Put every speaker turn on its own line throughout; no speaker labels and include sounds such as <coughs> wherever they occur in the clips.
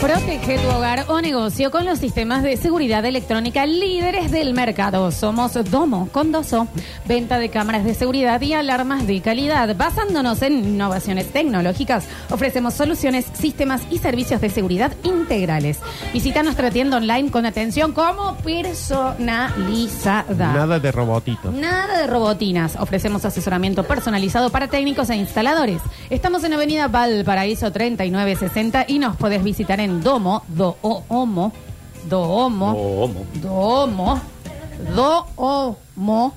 Protege tu hogar o negocio con los sistemas de seguridad electrónica líderes del mercado. Somos Domo con Doso, venta de cámaras de seguridad y alarmas de calidad. Basándonos en innovaciones tecnológicas, ofrecemos soluciones, sistemas y servicios de seguridad integrales. Visita nuestra tienda online con atención como personalizada.
Nada de robotitos.
Nada de robotinas. Ofrecemos asesoramiento personalizado para técnicos e instaladores. Estamos en Avenida Valparaíso 3960 y nos podés visitar en Domo, Doomo, Doomo,
Homo.
Doomo, Doomo,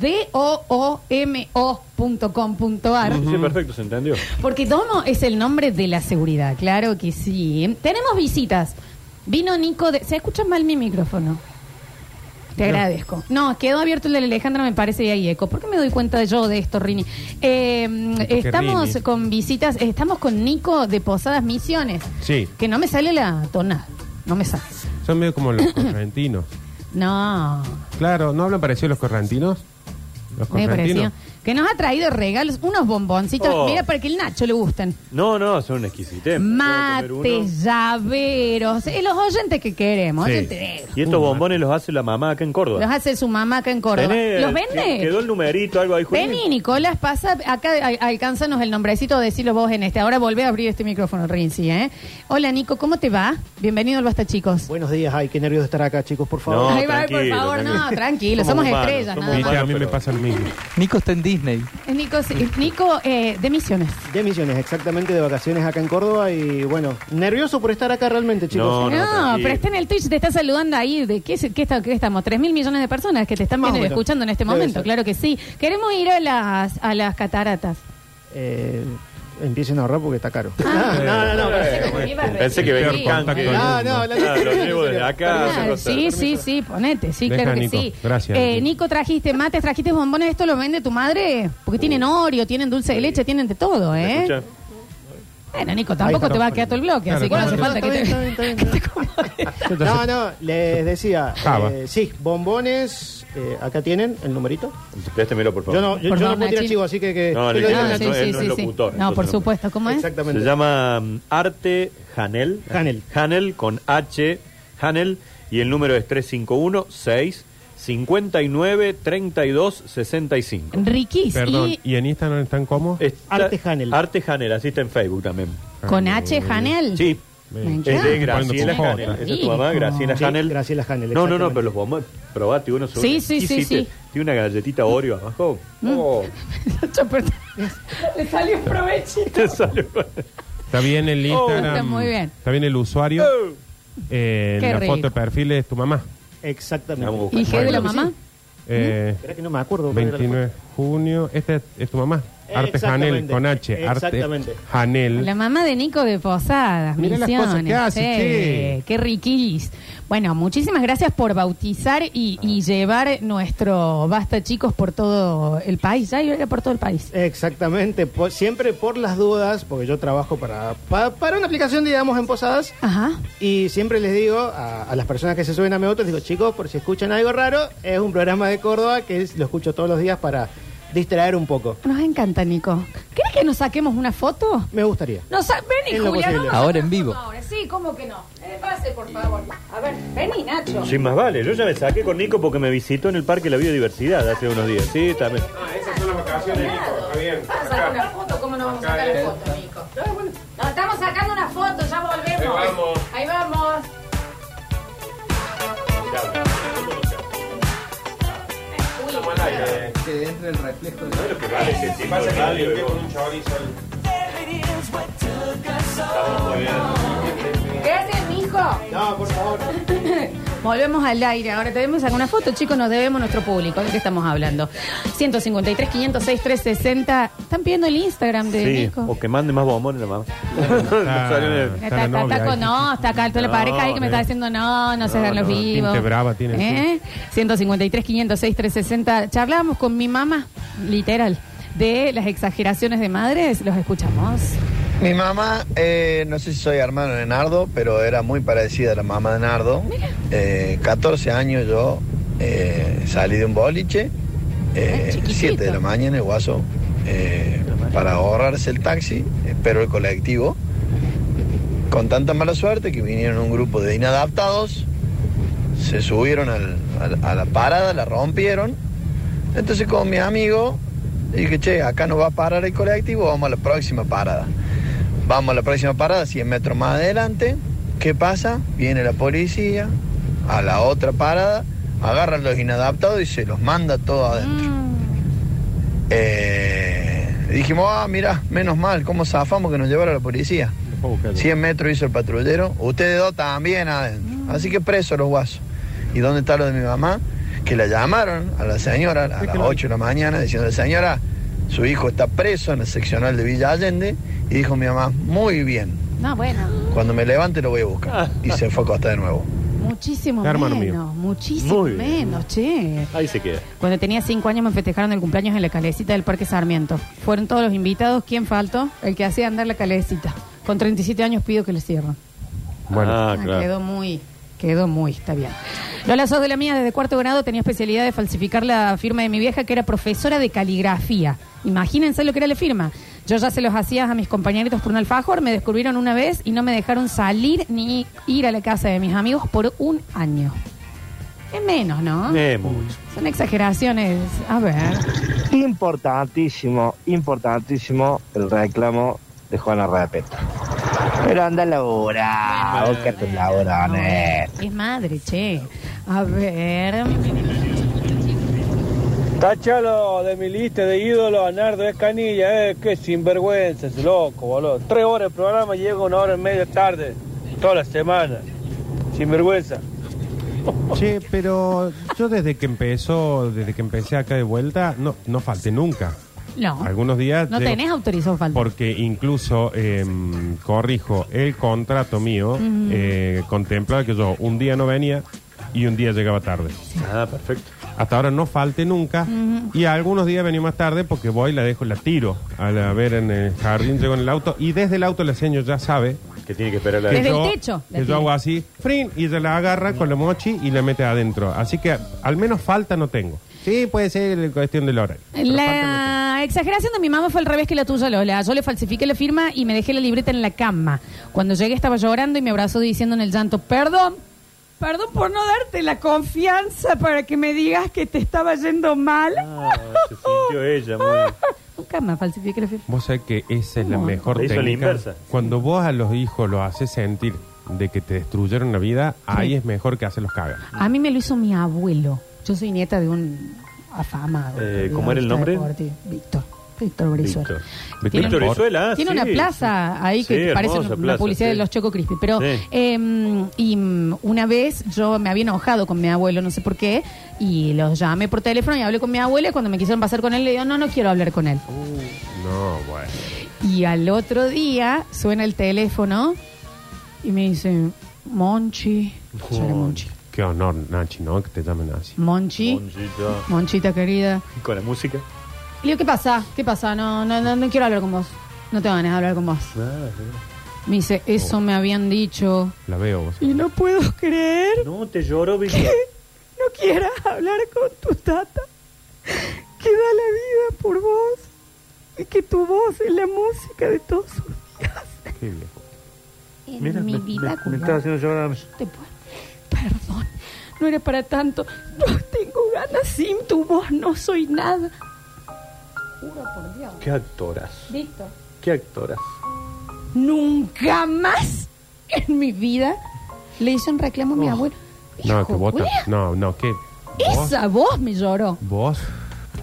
D-O-O-M-O.com.ar.
Sí, perfecto, se entendió.
Porque Domo es el nombre de la seguridad, claro que sí. Tenemos visitas. Vino Nico de... ¿Se escucha mal mi micrófono? Te agradezco. No, quedó abierto el de Alejandra, me parece, y hay eco. ¿Por qué me doy cuenta yo de esto, Rini? Eh, estamos
Rini.
con visitas, estamos con Nico de Posadas Misiones.
Sí,
Que no me sale la tona, no me sale.
son medio como
<coughs>
los correntinos.
No,
Claro, ¿no hablan parecido los correntinos? Los
me pareció.
correntinos.
Que nos ha traído regalos, unos bomboncitos,
Oh.
mira, para que el Nacho le gusten.
No, no, son una exquisitez.
Mates, llaveros, eh, los oyentes que queremos, oyentes de-
Y estos bombones los hace la mamá acá en Córdoba.
Los hace su mamá acá en Córdoba.
Tenés-
¿Los
que- Quedó
vende?
el numerito, algo ahí, Juli.
Vení, Nicolás, pasa, acá a- alcánzanos el nombrecito, decilo vos en este. Ahora volvé a abrir este micrófono, Rinzi, ¿eh? Hola, Nico, ¿cómo te va? Bienvenido al Basta Chicos.
Buenos días, ay, qué nervios de estar acá, chicos, por
No,
favor.
Ahí va, por
tranquilo,
favor,
tranquilo.
no, tranquilo, somos,
Somos humanos,
estrellas,
somos
nada
Viste,
más.
a mí
Bueno,
me
pero-
pasa lo mismo.
Nico está en Disney.
Eh, Nico, sí, Nico eh, de Misiones.
De misiones, exactamente, de vacaciones acá en Córdoba y bueno, nervioso por estar acá realmente,
No,
chicos.
No,
no, tranquilo.
Ah, pero está en el Twitch, te está saludando ahí. ¿De qué, se- qué está- qué estamos? ¿Tres mil millones de personas que te están
Más o
viendo y
menos.
escuchando en este
Debe
momento?
ser.
Claro que sí. Queremos ir a las, a las cataratas.
Eh, empiecen a ahorrar porque está caro.
Ah. no, no,
bueno.
Pensé que venía
Peor
el canque.
contacto del
No, no, la-
Ah, lo llevo desde
Ah,
acá. hace cosas.
sí, sí, sí, ponete, sí,
Deja
claro
a
que
Nico.
sí.
Gracias,
Eh,
Nico.
Nico, trajiste mates, trajiste bombones, ¿esto lo vende tu madre? Porque tienen Oreo, tienen dulce de leche, tienen de todo,
¿Me
¿eh?
escuchan?
Bueno, Nico, tampoco
está,
te va a
no,
quedar todo el bloque,
Claro,
así que no hace
bueno,
falta
está
que te...
bien, está bien, está bien, está bien.
que te
No,
acomodes.
no, les decía,
Java.
eh, sí, bombones, eh, acá tienen el numerito.
Préstemelo, este por favor.
Yo no, yo,
Por
yo
favor,
no puedo tirar
Nachi.
chivo, así que... que
No,
que
no,
lo diga
no,
Ah,
él
sí,
Nacho.
sí,
no es
sí, sí.
locutor,
No, por
entonces no.
supuesto, ¿cómo
Se
es?
Exactamente.
llama mm, Arte Hanel.
Hanel.
Hanel con H. Hanel. Y el número es 351 6 59 32 65.
Riquís.
Perdón,
Y
¿y en Instagram están cómo?
Está-
Arte Hanel.
Arte Hanel, así está en Facebook también.
con H, Janel.
Sí.
Me
Sí,
Es
encanta.
de
Poniendo
Graciela
con J.
Hanel. Esa es tu mamá,
Rico.
Graciela
Sí,
Hanel.
Graciela Hanel,
No, no, no,
exactamente.
pero los bombones. Probate uno sobre
Sí, sí, sí, sí. Mm.
Tiene una galletita Oreo abajo. Oh, <laughs>
Nacho, perdón. Le salió un provechito.
te sale.
Está bien el
Oh.
Instagram.
Está muy bien. Oh,
Está bien el usuario. Eh,
Qué
la
rico. ¿Mm?
foto de perfil es tu mamá.
Vamos a
Exactamente.
buscar.
¿Y G de la
Bueno,
mamá?
sí.
Eh,
Espera que no me acuerdo. cuál era la
29 de junio. Esta es, es tu mamá. Arte
Exactamente.
Janel con H. Arte
Exactamente.
Janel.
La mamá de Nico de Posadas,
Mirá las
Misiones.
cosas que hace,
sí.
che.
Qué riquís. Bueno, muchísimas gracias por bautizar y,
Ah.
y llevar nuestro Basta Chicos por todo el país. Ya era por todo el país.
Exactamente, po- siempre por las dudas, porque yo trabajo para, pa- para una aplicación, digamos, en Posadas,
Ajá.
y siempre les digo a, a las personas que se suben a mi auto, les digo, chicos, por si escuchan algo raro, es un programa de Córdoba que es- lo escucho todos los días para distraer un poco.
Nos encanta, Nico. ¿Crees que nos saquemos una foto?
Me gustaría.
No, sa- vení,
En lo
Julián.
posible.
vamos a
Ahora
hacer
en vivo.
una foto ahora. Sí, ¿cómo que no? Eh, pase, por favor. A ver, vení, Nacho.
Sí, más vale. Yo ya me saqué con Nico porque me visitó en el Parque de la Biodiversidad hace unos días. Sí, también.
Pasa una foto, ¿cómo no vamos a sacar la foto, Nico? No, estamos sacando una foto, ya volvemos. Ahí vamos. Ahí vamos. Gracias, mijo.
No, por favor.
<laughs> Volvemos al aire. Ahora tenemos alguna foto, chicos. Nos debemos nuestro público. ¿De qué estamos hablando? 153, 506, 360. Están pidiendo el Instagram
Sí,
de
Oh,
Nico.
o que mande más bombones la
<laughs>
mamá.
Ah.
<laughs> Sale en el-
Está,
Está la
está- está
novia
con-
ahí.
no, está acá toda la
No,
pareja ahí que me
eh.
está diciendo no, no se hagan los
no,
vivos.
gente brava tiene, sí.
¿Eh? 153, 506, 360. Charlábamos con mi mamá, literal, de las exageraciones de madres. Los escuchamos.
Mi mamá, eh, no sé si soy hermano de Nardo, pero era muy parecida a la mamá de Nardo. Eh, 14 años yo eh, salí de un boliche,
Ah,
eh,
chiquitito.
7 de la mañana el guaso, eh, para ahorrarse el taxi, eh, pero el colectivo. con tanta mala suerte que vinieron un grupo de inadaptados, se subieron al- al- a la parada, la rompieron. Entonces con mi amigo dije, che, acá no va a parar el colectivo, vamos a la próxima parada. Vamos a la próxima parada, 100 metros más adelante. ¿Qué pasa? Viene la policía a la otra parada, agarran los inadaptados y se los manda todos adentro.
Mm.
Eh, dijimos, ah, mira, menos mal, ¿cómo zafamos que nos llevaron a la policía? 100 metros hizo el patrullero, ustedes dos también adentro. Así que presos los guasos. ¿Y dónde está lo de mi mamá? Que la llamaron a la señora a las 8 de la mañana diciéndole, señora, su hijo está preso en el seccional de Villa Allende. Y dijo mi mamá, muy bien,
No, bueno.
cuando me levante lo voy a buscar. Y se fue a acostar de nuevo.
Muchísimo
Hermano mío.
menos. Muchísimo
Muy bien.
menos, che.
Ahí se queda.
Cuando tenía cinco años me festejaron el cumpleaños en la calecita del Parque Sarmiento. Fueron todos los invitados. ¿Quién faltó? El que hacía andar la calecita. Con 37 años pido que le cierren.
Bueno,
Ah,
Ah,
claro.
Quedó muy, quedó muy, está bien. Lola Sos de la mía, desde cuarto grado, tenía especialidad de falsificar la firma de mi vieja, que era profesora de caligrafía. Imagínense lo que era la firma. Yo ya se los hacía a mis compañeritos por un alfajor, me descubrieron una vez y no me dejaron salir ni ir a la casa de mis amigos por un año. Es menos, ¿no?
Eh, mucho.
Son exageraciones. A ver.
Importantísimo, importantísimo el reclamo de Juana Repeta. Pero anda a laburar, busca tus laburones.
Es madre, che. A ver.
Tachalo de mi lista de ídolos, a Nardo es canilla, eh, qué sinvergüenza, es loco, boludo. Tres horas de programa, llego una hora y media tarde, toda la semana, sinvergüenza.
che, pero yo desde que empezó, desde que empecé acá de vuelta, no, no falté nunca.
No.
Algunos días.
No
llego-
tenés autorizado falta.
Porque incluso, eh, corrijo, el contrato mío eh, contempla que yo un día no venía y un día llegaba tarde.
Ah, perfecto.
Hasta ahora no falte nunca. Y algunos días venía más tarde porque voy, la dejo, la tiro a la ver en el jardín, llego en el auto. Y desde el auto la señor ya sabe
Que tiene que esperar la
que
Desde el
yo,
techo,
que
la
yo
tira.
hago así, frin, y ella la agarra con la mochi y la mete adentro. Así que al menos falta no tengo. Sí, puede ser cuestión del horario. pero falta no tengo.
La exageración de mi mamá fue al revés que la tuya, Lola. Yo le falsifiqué la firma y me dejé la libreta en la cama. Cuando llegué estaba llorando y me abrazó diciendo en el llanto, perdón, perdón por no darte la confianza para que me digas que te estaba yendo mal.
Ah, se sintió ella muy.
<laughs> Nunca más falsifiqué la firma.
Vos sabés que esa es la
¿Cómo?
mejor
Le hizo la
técnica.
inversa.
Cuando vos a los hijos los haces sentir de que te destruyeron la vida, ahí es mejor que hacerlos cagar.
A mí me lo hizo mi abuelo. Yo soy nieta de un afamado.
Eh, ¿cómo era el nombre?
deportivo, Víctor. Víctor Brizuela.
Víctor.
Tiene-
Víctor Brizuela,
Tiene
sí,
una plaza
sí.
ahí que
Sí,
parece
hermosa
una
plaza,
publicidad
sí.
de los Choco Crispy. Pero
Sí.
eh, y mm, una vez yo me había enojado con mi abuelo, no sé por qué, y los llamé por teléfono y hablé con mi abuela. Y cuando me quisieron pasar con él, le digo, no, no quiero hablar con él.
Uh, No, bueno.
Y al otro día suena el teléfono y me dice, Monchi. Yo era Monchi.
Qué honor, Nachi, ¿no? Que te llamen así.
Monchi,
Monchito.
Monchita querida.
Con la música.
Le digo, ¿qué pasa? ¿Qué pasa? No, no, no, no quiero hablar con vos. No te van a hablar con vos.
Ah, sí.
Me dice, eso me habían dicho.
La veo vos.
Y no puedo creer
No te lloró, Víctor.
no quieras hablar con tu tata, que da la vida por vos y que tu voz es la música de todos sus días.
Qué viejo.
En
Mira,
mi
me-
vida,
me- me
cuidado,
estaba haciendo llorar.
te puedo- Perdón, no era para tanto. No tengo ganas sin tu voz, no soy nada. Juro por Dios.
Qué actoras.
Listo.
Qué actoras.
Nunca más en mi vida le hice un reclamo a mi abuelo.
No,
Hijo,
que vos. ta-
Julia,
No, no, que. Vos.
Esa voz me lloró.
Vos.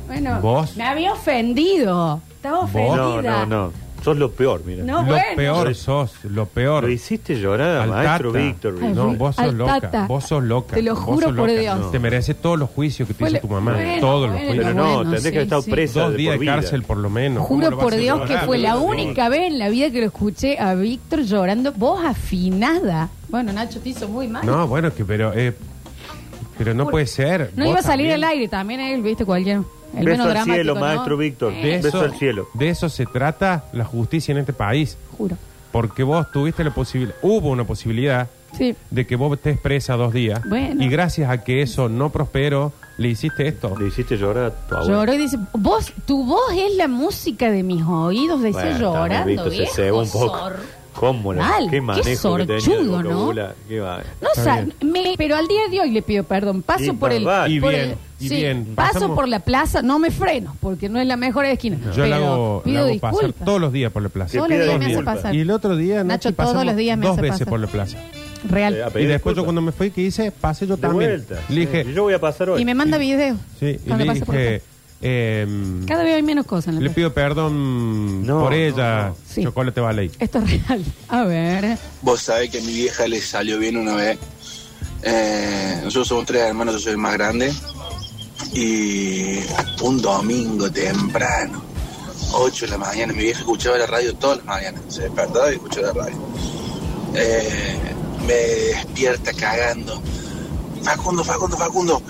Bueno,
¿Vos?
me había ofendido. Estaba
¿Vos?
No, no,
ofendida.
no. Sos lo peor, mira.
No,
lo
bueno.
peor sos, lo peor.
Lo hiciste llorar,
Al
maestro
Tata.
Víctor.
Ay,
No,
Al-
vos sos
al
loca.
Tata.
Vos sos loca.
Te lo
Vos
juro
sos
por
loca.
Dios.
Te merece todos los juicios que te
Fue
hizo
le-
tu mamá.
bueno,
todos los
bueno,
juicios.
Pero no,
bueno,
tendrías
sí,
que haber estado
sí.
presa
Dos
de
días
por
de
vida.
cárcel por lo menos. ¿Cómo lo
Juro
vas a
por
hacer
Dios que
llorar?
fue la
No.
única vez en la vida que lo escuché a Víctor llorando, voz afinada. Bueno, Nacho te hizo muy mal.
No, bueno, que pero eh, pero no puede ser.
No
Vos
iba a salir
también.
al aire también él, viste, cualquiera. El menos
Beso al
dramático,
cielo,
¿no?
maestro Víctor.
De
Beso
eso,
al cielo.
De eso se trata la justicia en este país,
Juro.
porque vos tuviste la posibilidad, hubo una posibilidad
Sí.
de que vos estés presa dos días
Bueno.
y gracias a que eso no prosperó, le hiciste esto.
Le hiciste llorar a tu abuelo.
Lloró y dice, vos, tu voz es la música de mis oídos, decía
Bueno, está bien,
llorando,
Víctor, se
viejo
cebó un poco.
zorro.
¿Cómo la?
Mal,
¿Qué
qué
manejo que tenía
sorchudo,
el
¿no?
vocabula? Qué va-
No
Está
sa-
bien.
me- pero al día de hoy le pido perdón. Paso
Y
por el.
barbaro.
Y
por el-
bien, y
sí,
bien.
Paso
Pasamos-
por la plaza, no me freno, porque no es la mejor esquina.
Yo
pero
la hago, la
pido
hago
disculpas.
pasar todos los días por la plaza.
Que
Todos los
pida
días me hace
disculpas.
pasar.
Y el otro día,
Nacho,
Nacho,
todos
pasamos
los días me
dos
hace
veces
pasar.
por la plaza.
Eh, a
Real.
Y
pedir
después yo
disculpas.
cuando me fui, que hice? Pasé yo
De
también.
vuelta.
Le dije,
Sí, yo voy a pasar hoy.
Y me manda video.
sí, y
cuando
le
pase por
dije,
acá.
em,
Cada vez hay menos cosas. en la
le
plaza.
pido perdón
No,
por
no,
ella,
no.
Sí.
Chocolate Valley.
Esto es real. A ver.
Vos sabés que a mi vieja le salió bien una vez. Eh, nosotros somos tres hermanos, yo soy el más grande. Y un domingo temprano, 8 de la mañana, mi vieja escuchaba la radio todas las mañanas. Se despertaba y escuchaba la radio. Eh, me despierta cagando. Facundo, Facundo, Facundo.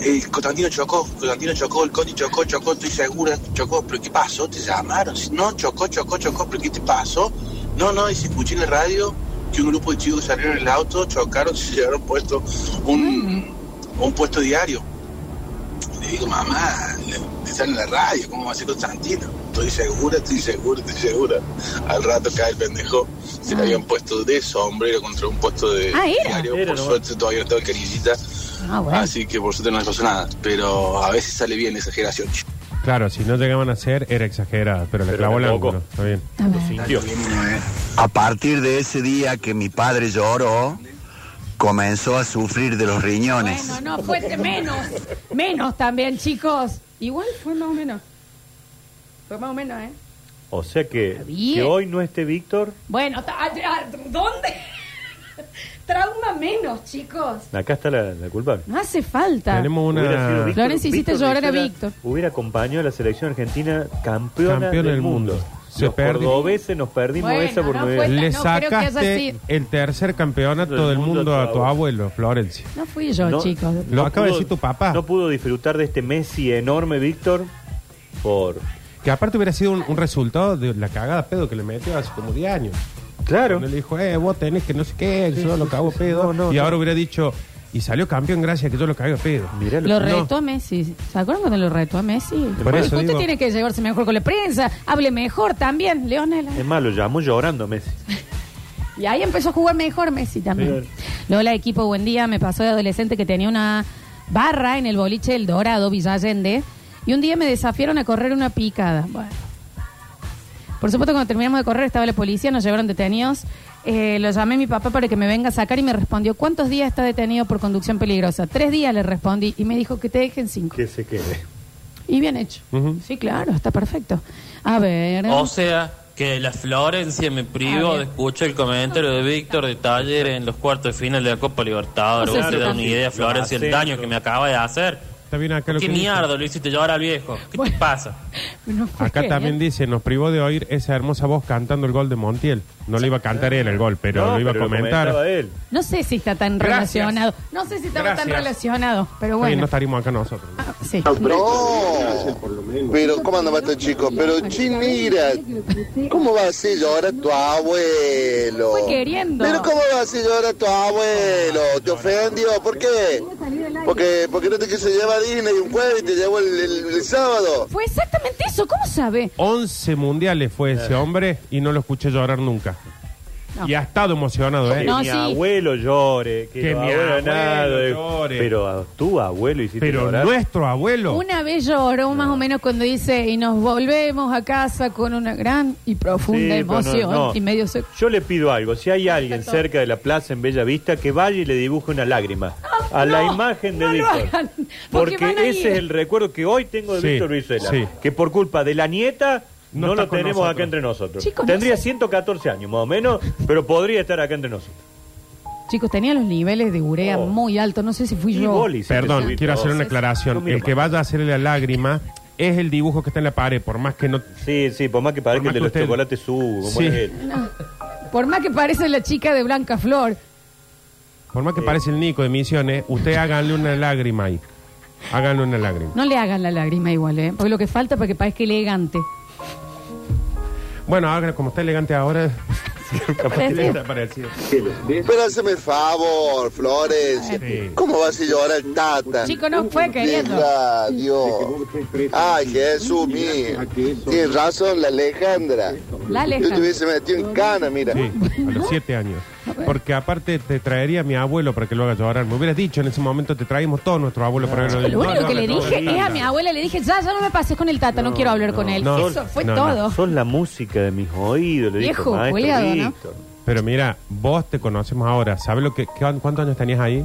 El Cotantino chocó, Cotantino chocó, el Coti chocó, chocó, estoy segura, chocó, pero ¿qué pasó? ¿Te llamaron? No, chocó, chocó, chocó, pero ¿qué te pasó? No, no, dice, escuché en la radio que un grupo de chicos salieron en el auto, chocaron, se <laughs> llevaron puesto un, un puesto diario. Le digo, mamá, le- le sale en la radio, ¿cómo va a ser Constantino? Estoy segura, estoy segura, estoy segura. Al rato cae el pendejo. Se le habían puesto de sombrero contra un puesto de
Ah, era.
diario.
Era,
Por
¿no?
suerte todavía no estaba el canillita.
Ah, bueno.
Así que por suerte no les pasó nada. Pero a veces sale bien esa generación.
Claro, si no llegaban a ser, era exagerada, pero le
Pero
clavó el
tampoco.
ángulo. Está bien.
A ver.
Sintió.
<laughs> A partir de ese día que mi padre lloró, comenzó a sufrir de los riñones.
Bueno, no, fuese menos. Menos también, chicos. Igual fue más o menos. Fue más o menos, ¿eh?
O sea que,
bien.
que hoy no esté Víctor,
Bueno, ta- ah, ah, ¿dónde? <laughs> Trauma menos, chicos.
acá está la, la culpable.
No hace falta.
Tenemos
Hubiera sido
una...
Víctor,
Florencia, hiciste
Víctor
llorar a
Brizuela
Víctor.
Hubiera acompañado a la selección argentina campeona,
Campeón
del
del
mundo.
mundo. Se
Los
perdió.
cordobeses nos perdimos
Bueno,
esa por
no
nueve.
fue-
Le
pues, No, creo que haya
sacaste
sido-
el tercer campeonato
Del
del
mundo
mundo
a
a
tu
tu abuelo, Florencia.
No fui yo,
No.
chicos.
Lo
No
acaba de
pudo-
decir tu papá.
No pudo disfrutar de este Messi enorme, Víctor, por...
Que aparte hubiera sido un, un resultado de la cagada pedo que le metió hace como 10 años.
Claro.
Cuando le dijo, eh, vos tenés que no sé qué, yo lo cago a pedo.
No, no,
y
no.
ahora hubiera dicho, y salió campeón gracias a que yo lo cago a pedo.
Mirá
Lo
que-
retó a Messi. ¿Se acuerdan cuando lo retó a Messi?
Por
Dijo,
eso
usted
digo-
tiene que llevarse mejor con la prensa, hable mejor también, Leonel.
Es más, lo llamó llorando a Messi.
Y ahí empezó a jugar mejor Messi también. Lola, equipo, buen día. Me pasó de adolescente que tenía una barra en el boliche El Dorado, Villa Allende, y un día me desafiaron a correr una picada. Bueno. Por supuesto, cuando terminamos de correr estaba la policía, nos llevaron detenidos. Eh, lo llamé a mi papá para que me venga a sacar y me respondió, ¿cuántos días está detenido por conducción peligrosa? Tres días le respondí y me dijo que te dejen cinco.
Que se quede.
Y bien hecho.
Ujú.
Sí, claro, está perfecto. A ver.
O sea, que la Florencia me
Ah,
privo de
bien.
escuchar el comentario de Víctor de Taller en los cuartos de final de la Copa Libertadores.
O sea,
Vos
sí,
te das una
también.
idea, Florencia, el
Lo
daño
acepto.
que me acaba de hacer.
Está bien acá lo
¿Qué
que dice.
mierda lo hiciste llorar al viejo? ¿Qué
Bueno.
te pasa?
No fue
Acá
genial.
también dice, nos privó de oír esa hermosa voz cantando el gol de Montiel. No lo iba a cantar él el gol, pero
No,
lo iba
pero
a comentar.
comentaba él.
No sé si está tan
Gracias.
relacionado. No sé si está tan
Gracias.
relacionado,
Está
pero
bien, no
bueno.
estaríamos acá nosotros.
Ah, sí.
Pero, ¿cómo andaba este chico? Pero, Chinigra, ¿cómo va a hacer llorar a tu abuelo?
Fue queriendo. Ah,
Pero, ¿cómo va a hacer llorar a tu abuelo? ¿Te ofendió? ¿Por qué? Porque, porque no te quiso llevar a Disney un jueves y te llevó el, el- el sábado.
Fue exactamente eso. ¿Cómo sabe?
11 mundiales fue ese hombre y no lo escuché llorar nunca.
No.
Y ha estado emocionado, ¿eh?
Que
No,
mi
sí.
abuelo llore, que,
Que
tu
mi
abuelo
abuelo
nada.
llore.
Pero a tu abuelo hiciste
Pero
llorar.
nuestro abuelo.
Una vez lloró más o menos cuando dice y nos volvemos a casa con una gran y
Sí,
profunda
pero no,
emoción
no.
y medio se...
Yo le pido algo. Si hay alguien
Perfecto.
cerca de la plaza en Bella Vista, que vaya y le dibuje una lágrima a la
no,
imagen de
no lo
Víctor.
hagan, porque
porque
van a ir.
ese es el recuerdo que hoy tengo de
Sí,
Víctor Brizuela.
sí.
Que por culpa de la nieta
No
no,
está
lo
con
tenemos
nosotros.
acá entre nosotros.
Chicos, no
Tendría
sé.
114 años más o menos, pero podría estar acá entre nosotros.
Chicos, tenía los niveles de urea
Oh.
muy altos. No sé si fui
Y
yo.
boli, si te
Perdón,
subiste
quiero
vos.
hacer una
No,
aclaración.
mira,
El que
papá.
vaya a hacerle la lágrima es el dibujo que está en la pared, por más que no...
Sí, sí, por más que parezca
Por
el de
más
los
que usted-
chocolates su.
Sí.
Por más que parece la chica de Blanca Flor.
Por
Eh.
más que parece el Nico de Misiones, usted háganle una lágrima ahí. Háganle una lágrima.
No le hagan la lágrima igual, ¿eh? Porque lo que falta para que parezca elegante.
Bueno, ahora como está elegante ahora,
desaparecieron. <laughs> capaz que-
Decir.
Desaparecido.
Pero hazme favor, Florencia.
Sí.
¿Cómo vas a llorar el Tata?
Chico, no fue queriendo.
Venga, Dios. Ay, Jesús mío. Tienes razón, la Alejandra.
La
Yo te
Alejandra.
hubiese metido en cana, mira.
Sí, a los siete años. Porque aparte te traería a mi abuelo para que lo haga llorar. Me hubieras dicho en ese momento, te traímos todos nuestros abuelos para que lo
Lo único que le
No, no,
dije
no,
es a
no.
mi abuela, le dije, ya, ya no me pases con el tata, no, quiero hablar con él.
no,
Eso fue
no, no.
todo.
Son la música de mis oídos, le
Viejo
dijo el maestro
culiado, ¿no?
Víctor.
Pero mira, vos te conocemos ahora. ¿Sabes lo que, qué- cuántos años tenías ahí?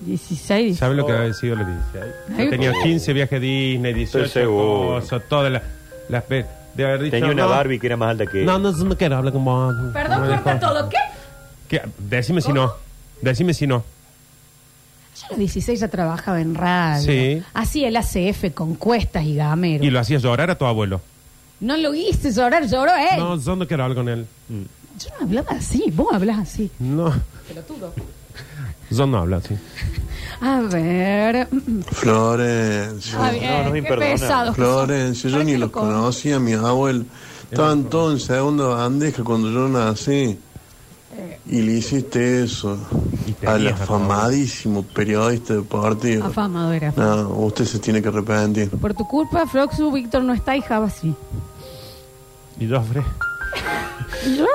16.
¿Sabes lo que
Oh.
había sido los 16?
Ay, oh.
Yo tenía 15 viajes a Disney, 18
seguro.
cosas, todas las... las pe- de haber dicho,
Tenía una
no,
Barbie que era más alta que
No, no, no quiero hablar con vos.
Perdón,
No me
corta
dejó.
todo. ¿Qué?
¿Qué? Decime si no. Decime si no.
Yo a los 16 ya trabajaba en radio.
Sí.
Hacía el ACF con cuestas y gamero.
Y lo hacías llorar a tu abuelo.
No lo hice llorar, lloró él.
No, yo no quiero hablar con él.
Yo no hablaba así, vos hablás así.
No,
Pelotudo.
yo no hablo así.
A ver. Mm, mm.
Florencia.
Ah, bien,
no es
qué
imperdonable.
pesados. que son.
Florencia, yo
¿Para
ni
qué
los
co-
conocía, mis abuelos. Estaban todos en segunda bandeja cuando yo nací. Y le hiciste eso
Y tenías
al
a tu
afamadísimo periodista deportivo.
Afamado era.
No, usted se tiene que arrepentir.
Por tu culpa, Floxu Víctor no está y Java sí.
Y yo, Fre-
¿Y yo?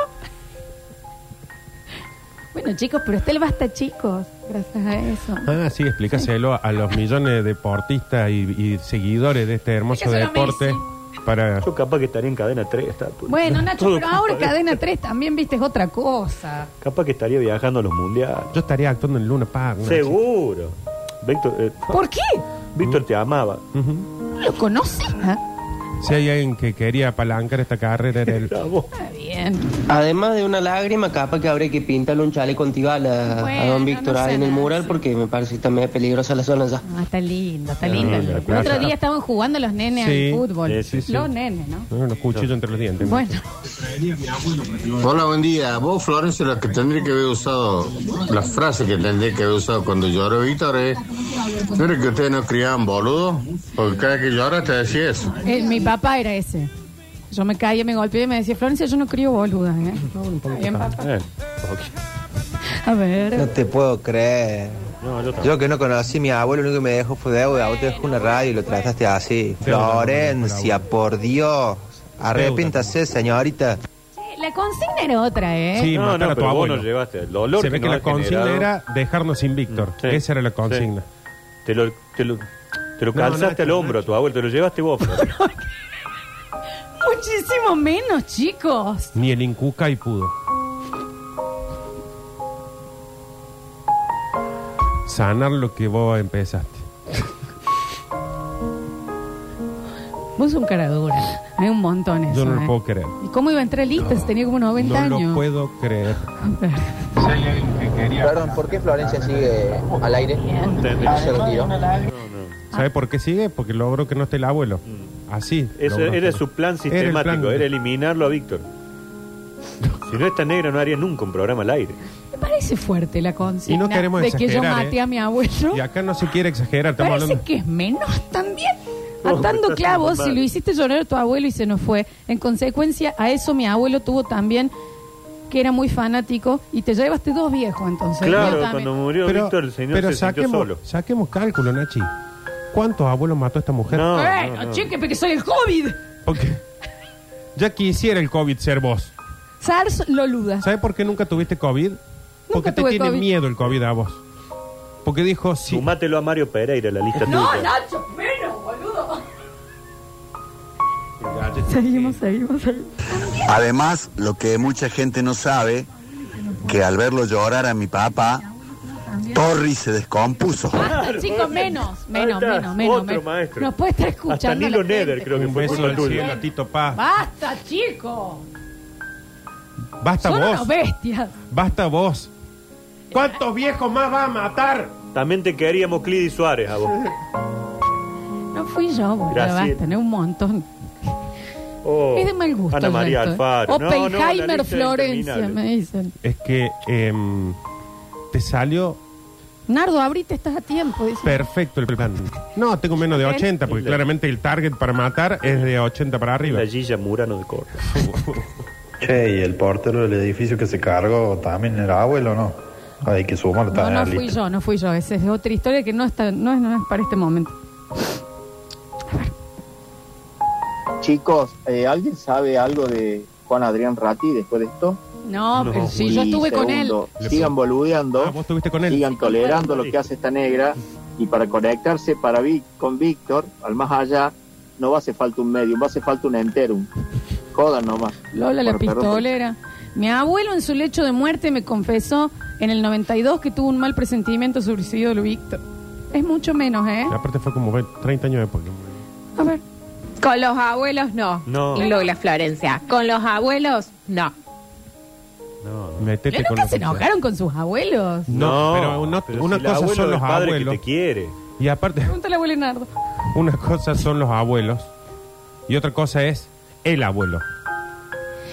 Bueno, chicos, pero está el basta, chicos. Gracias a eso.
Ah, sí, explícaselo a los millones de deportistas y, y seguidores de este hermoso
Explícaselo a
deporte. Para...
Yo capaz que estaría en cadena 3. está-
Bueno, Nacho,
Todo
pero ahora
culpa de-
cadena 3 también, viste, es otra cosa.
Capaz que estaría viajando a los mundiales.
Yo estaría actuando en Luna Park. una
Seguro. Víctor, eh,
¿Por qué?
Víctor te amaba.
chica. Ujú.
¿No lo Ah, conocía?
Si hay alguien que quería apalancar esta carrera
<laughs>
era él.
Era vos.
Está bien.
Además de una lágrima, capaz que habría que pintarle un chaleco antibala a
Bueno,
don Víctor
no sé
ahí en el
nada,
mural
sí.
porque me parece que está medio peligrosa la zona ya.
Ah, está lindo, está
Ah,
lindo.
la
El
plaza.
otro día estaban jugando los nenes
Sí.
al fútbol.
Sí, sí, sí.
Los nenes, ¿no?
Tengo Los cuchillos entre los dientes.
Bueno,
Hola, buen día. Vos, Florencia, la que tendría que haber usado, la frase que tendría que haber usado cuando lloró Víctor es: ¿No era que ustedes no criaban boludo? Porque cada que lloras te decía eso.
eh, mi papá era ese. Yo me caía, me golpeé y me decía, Florencia, yo no crío boludas, ¿eh? Bien, papá.
Eh, ok.
A ver.
te puedo creer.
No, yo tampoco.
Yo que no conocí a mi abuelo, lo único que me dejó fue deuda. Vos te dejó una radio y lo trataste así. Florencia, por Dios. Arrepiéntase, señorita.
Eh, La consigna era otra, ¿eh?
Sí,
No,
matar
no,
a tu
pero vos
abuelo.
no llevaste el dolor
Se
que
ve que
nos
la
ha
consigna
generado. Mm,
era dejarnos sin Víctor.
Sí.
Esa era la consigna.
Te lo, te lo, te lo
No,
calzaste
Nacho,
al hombro a tu abuelo, te lo llevaste vos. Florencia.
Muchísimo menos, chicos.
Ni el Incuca y pudo. Sanar lo que vos empezaste.
Vos sos un cara dura. Hay un montón eso,
Yo no
¿eh?
lo puedo creer.
¿Y cómo iba a entrar lista? Si tenía como 90
No
años.
lo puedo creer.
A ver.
Perdón, ¿por qué Florencia sigue al aire? Se retiró.
¿Sabe
Ah.
por qué sigue? Porque logró que no esté el abuelo. Así.
Mm. Ese
logró
era
que-
su plan
Era el
sistemático, era,
plan.
eliminarlo a <laughs> Víctor. Si no está negra, no haría nunca un programa al aire.
Me parece fuerte la consigna
Y no queremos
de que yo
exagerar,
maté
¿eh?
a mi abuelo.
Y acá no se quiere exagerar. Estamos
Parece
hablando.
que es menos también.
Oh,
Atando
estás
clavos,
mal.
si lo hiciste llorar a tu abuelo y se nos fue. En consecuencia, a eso mi abuelo tuvo también que era muy fanático y te llevaste dos viejos entonces.
Claro,
Yo también.
cuando murió
Pero,
Víctor, el señor
pero
se sintió
saquemos,
solo.
saquemos cálculo, Nachi. ¿Cuántos abuelos mató esta mujer?
No,
Bueno,
no, no.
chique, Eh, porque soy el COVID.
<laughs>
Porque ya quisiera el COVID ser vos.
SARS Loluda.
¿Sabes por qué nunca tuviste COVID? Porque te
tuve
tiene
COVID.
miedo el COVID a vos. Porque dijo, sí.
Sumátelo a Mario Pereira, la lista
No,
tuya.
Nacho, menos, boludo. Seguimos, seguimos, seguimos.
Además, lo que mucha gente no sabe, que al verlo llorar a mi papá, Torri se descompuso.
Basta, chicos, menos,
Ahí
menos,
está,
menos, menos.
otro
menos.
maestro.
Nos puede estar escuchando.
Hasta Nilo
la gente.
Neder creo que
Un
fue
beso
culpa
al
tuya.
cielo, a Tito Paz.
Basta, chicos.
Basta
Son unas
vos.
bestias.
Basta vos. ¿Cuántos viejos más va a matar?
También te queríamos Clidi Suárez a vos.
No fui yo, boludo.
Graciela.
Basta, no un montón.
Oh,
Es de mal gusto.
Ana María
esto, ¿eh?
Alfaro. No, no, la
Oppenheimer
lista
Florencia,
interminable.
me dicen.
Es que em, te salió
Nardo, ahorita estás a tiempo. dice.
perfecto el plan. No, tengo menos de 80, porque claramente el target para matar es de 80 para arriba.
La Gilla Murano de Córdoba.
Che, y el portero del edificio que se cargó también era abuelo, ¿no? Hay que sumarlo
No,
también.
no
al
fui
list.
yo, no fui yo. Esa es otra historia que no está, no es, no es para este momento.
Chicos, eh, ¿alguien sabe algo de Juan Adrián Ratti después de esto?
No, pero sí, yo
Y
estuve con él.
segundo, Sigan
Ah,
boludeando, sigan tolerando
claro.
lo que hace esta negra y para conectarse para Vic- con Víctor, al más allá, no va a hacer falta un medium, va a hacer falta un enterum. Jodan nomás.
Lola la
Bueno, perdón.
pistolera. Mi abuelo en su lecho de muerte me confesó en el 92 que tuvo un mal presentimiento sobre el suicidio del Víctor. Es mucho menos, ¿eh?
Y aparte fue como ve- 30 años después.
A ver.
Con los abuelos no.
No.
Lola Florencia. Con los abuelos no.
Metete
¿Pero
con
nunca
los-
se enojaron con sus abuelos?
No, pero, no-
pero
una
si el
cosa
abuelo
son
del
los
padre que
abuelos.
te quiere.
Y aparte,
Pregúntale a abuelo Leonardo.
una cosa son los abuelos y otra cosa es el abuelo.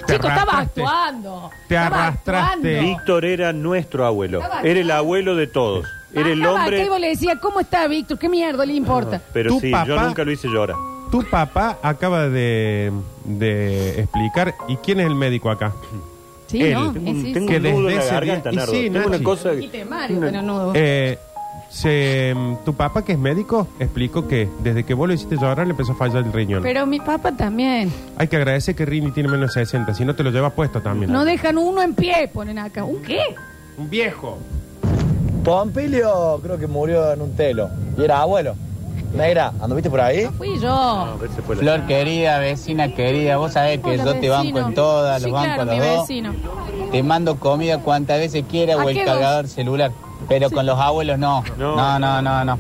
Te
Chico, estaba
arrastraste.
actuando.
Te
Estaba
arrastraste.
actuando.
Víctor era nuestro abuelo.
Estaba Ah,
Era el abuelo de todos. Era el
Estaba acá y
hombre.
vos le decía, ¿cómo está Víctor? ¿Qué mierda le importa?
Pero
Tu
sí, yo
papá-
nunca lo hice llorar.
Tu papá acaba de, de explicar. ¿Y quién es el médico acá?
Sí,
Él.
¿no?
Tengo
Eh, sí,
un-
sí.
tengo
Que
un nudo
desde
en la
ese
garganta,
día- y
Nardo.
sí,
Tengo
Nachi.
una cosa que-
Quite Mario, pero nudo.
Eh, se, tu papá, que es médico, explicó que desde que vos lo hiciste llorar le empezó a fallar el riñón.
Pero mi papá también.
Hay que agradecer que Rini tiene menos de 60, si no te lo llevas puesto también.
No dejan uno en pie, ponen acá. ¿Un qué?
Un viejo.
Pompilio creo que murió en un telo y era abuelo. Negra, ¿anduviste por ahí?
Fui yo.
Flor querida, vecina querida, vos sabés que
Hola,
yo te banco
vecino.
en todas,
Sí,
los banco
claro,
a los
mi
dos.
vecino.
Te mando comida cuantas veces quiera
¿A
o
qué
el cargador celular, pero con los abuelos no. No, no, no, no.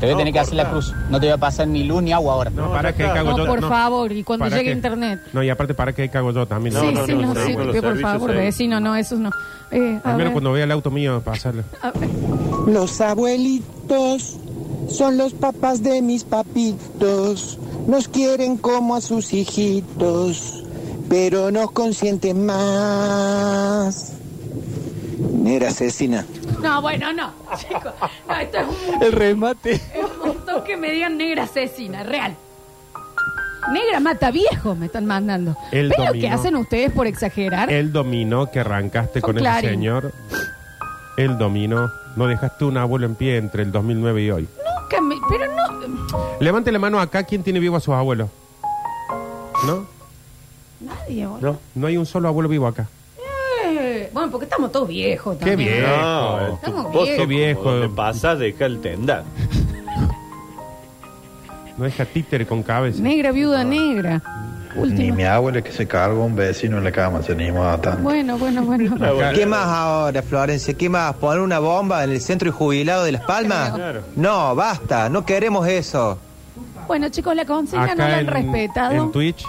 Te voy a
No,
tener que hacer la
corta.
cruz. No te voy a pasar ni luz ni agua ahora.
No, para que cago
No,
yo.
por
no.
favor, y cuando
¿Para
llegue
qué?
internet.
No, y aparte, para que cago yo también.
sí, sí, no, sí, porque por favor, vecino, no, eso no. Eh, a
Primero
ver.
cuando vea el auto mío, pasarle.
Los abuelitos son los papás de mis papitos. Nos quieren como a sus hijitos, pero nos consienten más. Nera asesina.
No, bueno, no, <laughs> chicos. No, esto es un
El remate.
Es un montón que me digan negra asesina, real. Negra mata viejo, me están mandando.
El
¿Pero
dominó.
qué hacen ustedes por exagerar?
El dominó que arrancaste
Son
con ese
Clarín.
señor. El dominó. No dejaste un abuelo en pie entre el 2009 y hoy.
Nunca me- pero no.
Levante la mano acá quien tiene vivo a sus abuelos. ¿No?
Nadie, boludo.
No. No hay un solo abuelo vivo acá.
Eh, Bueno, porque estamos todos viejos
Qué
también.
viejo.
No,
Estamos
vos
viejos.
sos
viejo.
como Donde pasas, deja el tenda.
No deja títere con cabeza.
Negra viuda negra.
Ni
Última.
mi abuela que se cargó a un vecino en la cama, se animaba tanto.
Bueno, bueno, bueno.
¿Qué más ahora, Florencia? ¿Qué más? ¿Poner una bomba en el centro y jubilado de Las Palmas?
Claro.
No, basta, no queremos eso.
Bueno, chicos, la consigna no la han respetado.
en Twitch,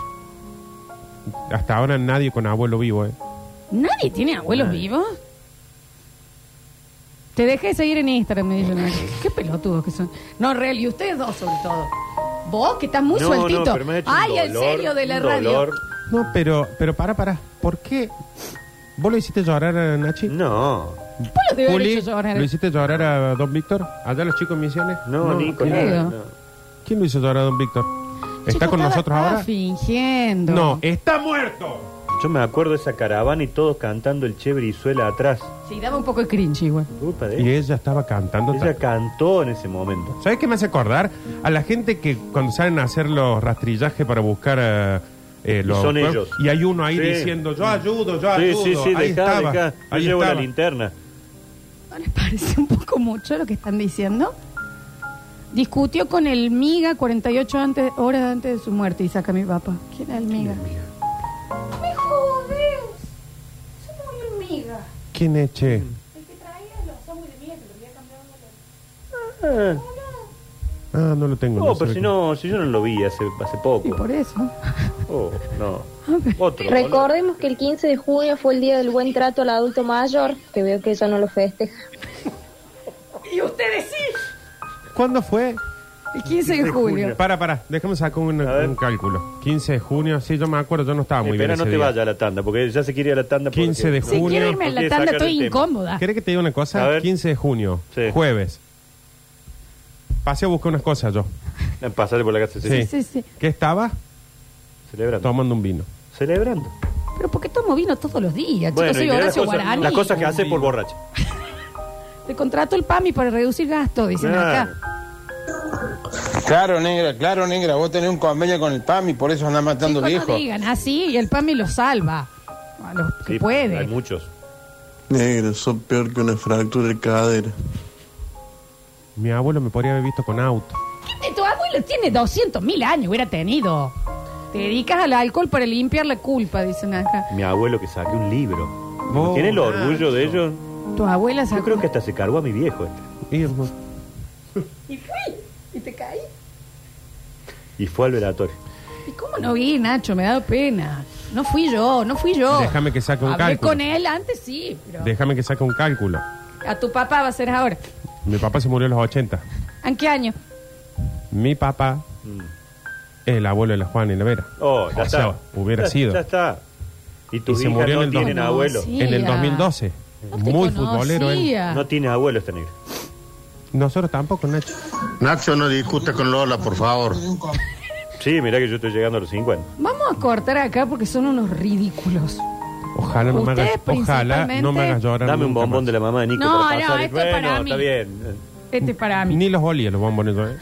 hasta ahora nadie con abuelo vivo, ¿eh?
¿Nadie tiene abuelos vivos? Te dejé de seguir en Instagram, me dicen. Qué pelotudos que son. No, real, y ustedes dos sobre todo. Vos, que estás muy
No,
sueltito.
no, pero me ha hecho un
Ay, en
dolor,
serio, de la
un
radio.
dolor. No, pero, pero para, para. ¿Por qué? ¿Vos lo hiciste llorar a Nachi?
No.
Vos lo debes haber hecho llorar.
¿Lo hiciste llorar a Don Víctor? ¿Allá los chicos en Misiones?
No, Nico,
¿quién?
nada,
no.
¿Quién lo hizo llorar a Don Víctor? ¿Está
Chicos,
con
estaba-
nosotros
estaba
ahora?
fingiendo.
No, eh. está muerto.
Yo me acuerdo de esa caravana y todos cantando el Che Brizuela atrás.
Sí, daba un poco de cringe igual.
Culpa de
Y
ella.
ella estaba cantando.
Ella cantó en ese momento.
¿Sabes qué me hace acordar? A la gente que cuando salen a hacer los rastrillajes para buscar eh, eh, los.
son ellos.
Y hay uno ahí
Sí.
diciendo, yo ayudo, yo
Sí,
ayudo.
sí, sí,
Ah, ahí
dejá,
estaba.
dejá. Yo
ahí
llevo la
estaba.
linterna.
¿No les parece un poco mucho lo que están diciendo? Discutió con el MIGA 48 antes, horas antes de su muerte y saca a mi papá. ¿Quién era el MIGA?
Me jodes. Yo tengo una hormiga.
¿Quién es Che?
El que traía los sándwiches de mierda, lo había cambiado
Ah,
Ah, no lo tengo.
no,
no sé
Oh, pero
de
si
qué.
no, si yo no lo vi hace, hace poco.
Y por eso.
Oh, no. Otro. boludo.
Recordemos que el 15 de junio fue el día del buen trato al adulto mayor, que veo que eso no lo festeja.
<laughs> Y ustedes sí.
¿Cuándo fue?
El 15 de julio.
Para, para, déjame sacar un, un cálculo. 15 de junio, sí, yo me acuerdo, yo no estaba muy
Espera,
bien.
Eh, no
ese
te
día.
vayas a la tanda, porque ya se quiere ir a la tanda.
15 de
Si
junio.
quiero irme a la tanda, estoy incómoda.
¿Querés que te diga una
A
cosa?
ver.
15 de junio, jueves. Pasé a buscar unas cosas yo.
Pasarle por la casa.
Sí. ¿Qué estaba?
Celebrando.
Tomando un vino.
Celebrando.
Pero ¿por qué tomo vino todos los días?
Bueno,
Chicos, soy
y mirá las
Horacio
cosas,
Guarani.
las cosas que hace por borracha.
Te contrato el PAMI para reducir gastos, dicen
Claro.
acá.
Claro, negra, claro, negra. Vos tenés un convenio con el PAMI, por eso andás matando
Chicos,
viejos.
no digan así y el PAMI los salva. A los que
Sí,
puede.
hay
muchos.
Negro, sos peor que una fractura de cadera.
Mi abuelo me podría haber visto con auto.
Eh, Tu abuelo tiene 200 mil años, hubiera tenido. Te dedicas al alcohol para limpiar la culpa, dicen acá.
Mi abuelo que saque un libro.
Oh,
¿Tiene el orgullo
Nacho.
de ellos?
Tu abuela
Yo
sacó.
creo que hasta se cargó a mi viejo. este.
Y fui, y te caí.
Y fue al velatorio.
¿Y cómo no vi, Nacho? Me ha dado pena. No fui yo, no fui yo.
Déjame que saque un
Oh, Hablé
cálculo.
con él antes, sí, pero
Déjame que saque un cálculo.
a tu papá va a ser ahora.
Mi papá se murió a los 80.
¿En qué año?
Mi papá
Mm.
es el abuelo de la Juana y la Vera.
Oh, ya
O sea,
está.
hubiera
Ya-
sido.
Ya está. Y
Y
tus
se
hijas
murió
no
en, el
tienen
dos-
abuelo.
en el 2012. Muy futbolero él.
No tiene abuelo este negro.
Nosotros tampoco, Nacho.
Nacho, no discutas con Lola, por favor.
Sí, mirá que yo estoy llegando a los 50.
Vamos a cortar acá porque son unos ridículos.
Ojalá no me
Ustedes
hagas, ojalá no me hagas
principalmente-
llorar.
Dame un
nunca
bombón
más.
de la mamá de Nico
No,
para
no,
pasar.
esto es
bueno,
para
está
mí.
bien.
Este es para mí.
Ni los olía los bombones. ¿eh?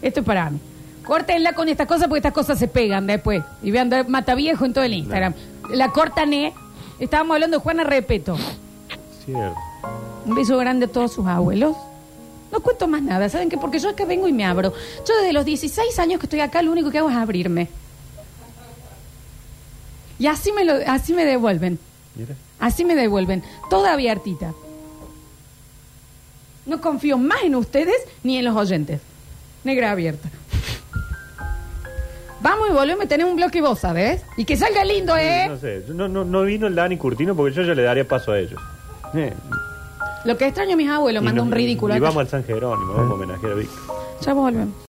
Esto es para mí. Córtenla con estas cosas porque estas cosas se pegan después. Y vean, da- mata viejo en todo el Instagram. La cortan, ¿eh? Estábamos hablando de Juana Repeto. ¿Eh?
Cierto.
Un beso grande a todos sus abuelos. No cuento más nada, ¿saben qué? Porque yo acá vengo y me abro. Yo desde los 16 años que estoy acá, lo único que hago es abrirme. Y así me, lo, así me devuelven.
Mira.
Así me devuelven. Toda abiertita. No confío más en ustedes ni en los oyentes. Negra abierta. Vamos y volvemos a tener un bloque vos, ¿sabes? Y que salga lindo, ¿eh?
No sé, no, no, no vino el Dani Curtino porque yo ya le daría paso a ellos. Eh,
Lo que extraño a mis abuelos,
y
manda
no-
un ridículo.
Y
acá.
vamos al San Jerónimo, vamos a homenajear a Víctor.
Ya volvemos.